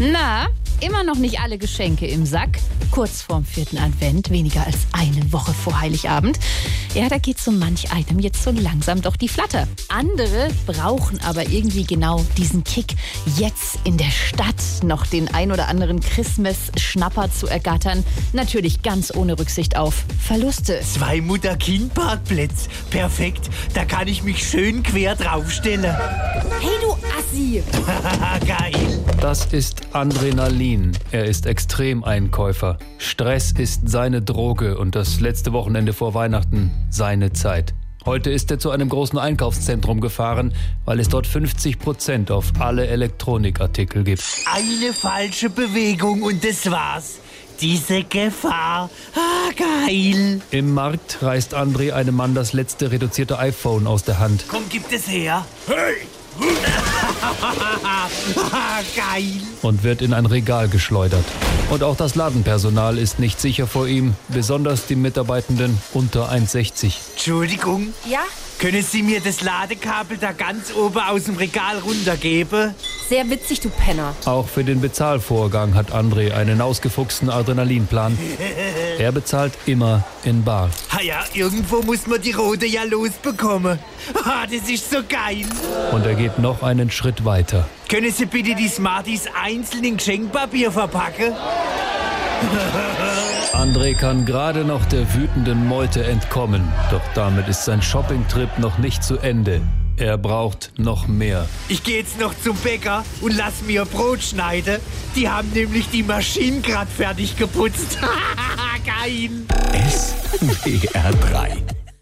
Na, immer noch nicht alle Geschenke im Sack. Kurz vorm vierten Advent, weniger als eine Woche vor Heiligabend. Ja, da geht so manch einem jetzt so langsam doch die Flatter. Andere brauchen aber irgendwie genau diesen Kick, jetzt in der Stadt noch den ein oder anderen Christmas-Schnapper zu ergattern. Natürlich ganz ohne Rücksicht auf Verluste. Zwei Mutter-Kind-Parkplätze. Perfekt. Da kann ich mich schön quer draufstellen. Hey du Assi! Haha, geil. Das ist Adrenalin. Er ist Extremeinkäufer. Stress ist seine Droge und das letzte Wochenende vor Weihnachten seine Zeit. Heute ist er zu einem großen Einkaufszentrum gefahren, weil es dort 50% auf alle Elektronikartikel gibt. Eine falsche Bewegung und das war's. Diese Gefahr. Ah, geil. Im Markt reißt André einem Mann das letzte reduzierte iPhone aus der Hand. Komm, gib es her. Hey! Ah, geil. und wird in ein Regal geschleudert. Und auch das Ladenpersonal ist nicht sicher vor ihm, besonders die Mitarbeitenden unter 1,60. Entschuldigung, Ja, können Sie mir das Ladekabel da ganz oben aus dem Regal runtergeben? sehr witzig, du Penner. Auch für den Bezahlvorgang hat André einen ausgefuchsten Adrenalinplan. Er bezahlt immer in Bar. Ha ja, irgendwo muss man die rote ja losbekommen. Ah, das ist so geil. Und er geht noch einen Schritt weiter. Können Sie bitte die Smarties einzeln in Geschenkpapier verpacken? André kann gerade noch der wütenden Meute entkommen. Doch damit ist sein Shoppingtrip noch nicht zu Ende. Er braucht noch mehr. Ich gehe jetzt noch zum Bäcker und lass mir Brot schneiden. Die haben nämlich die Maschinen gerade fertig geputzt. geil. SWR 3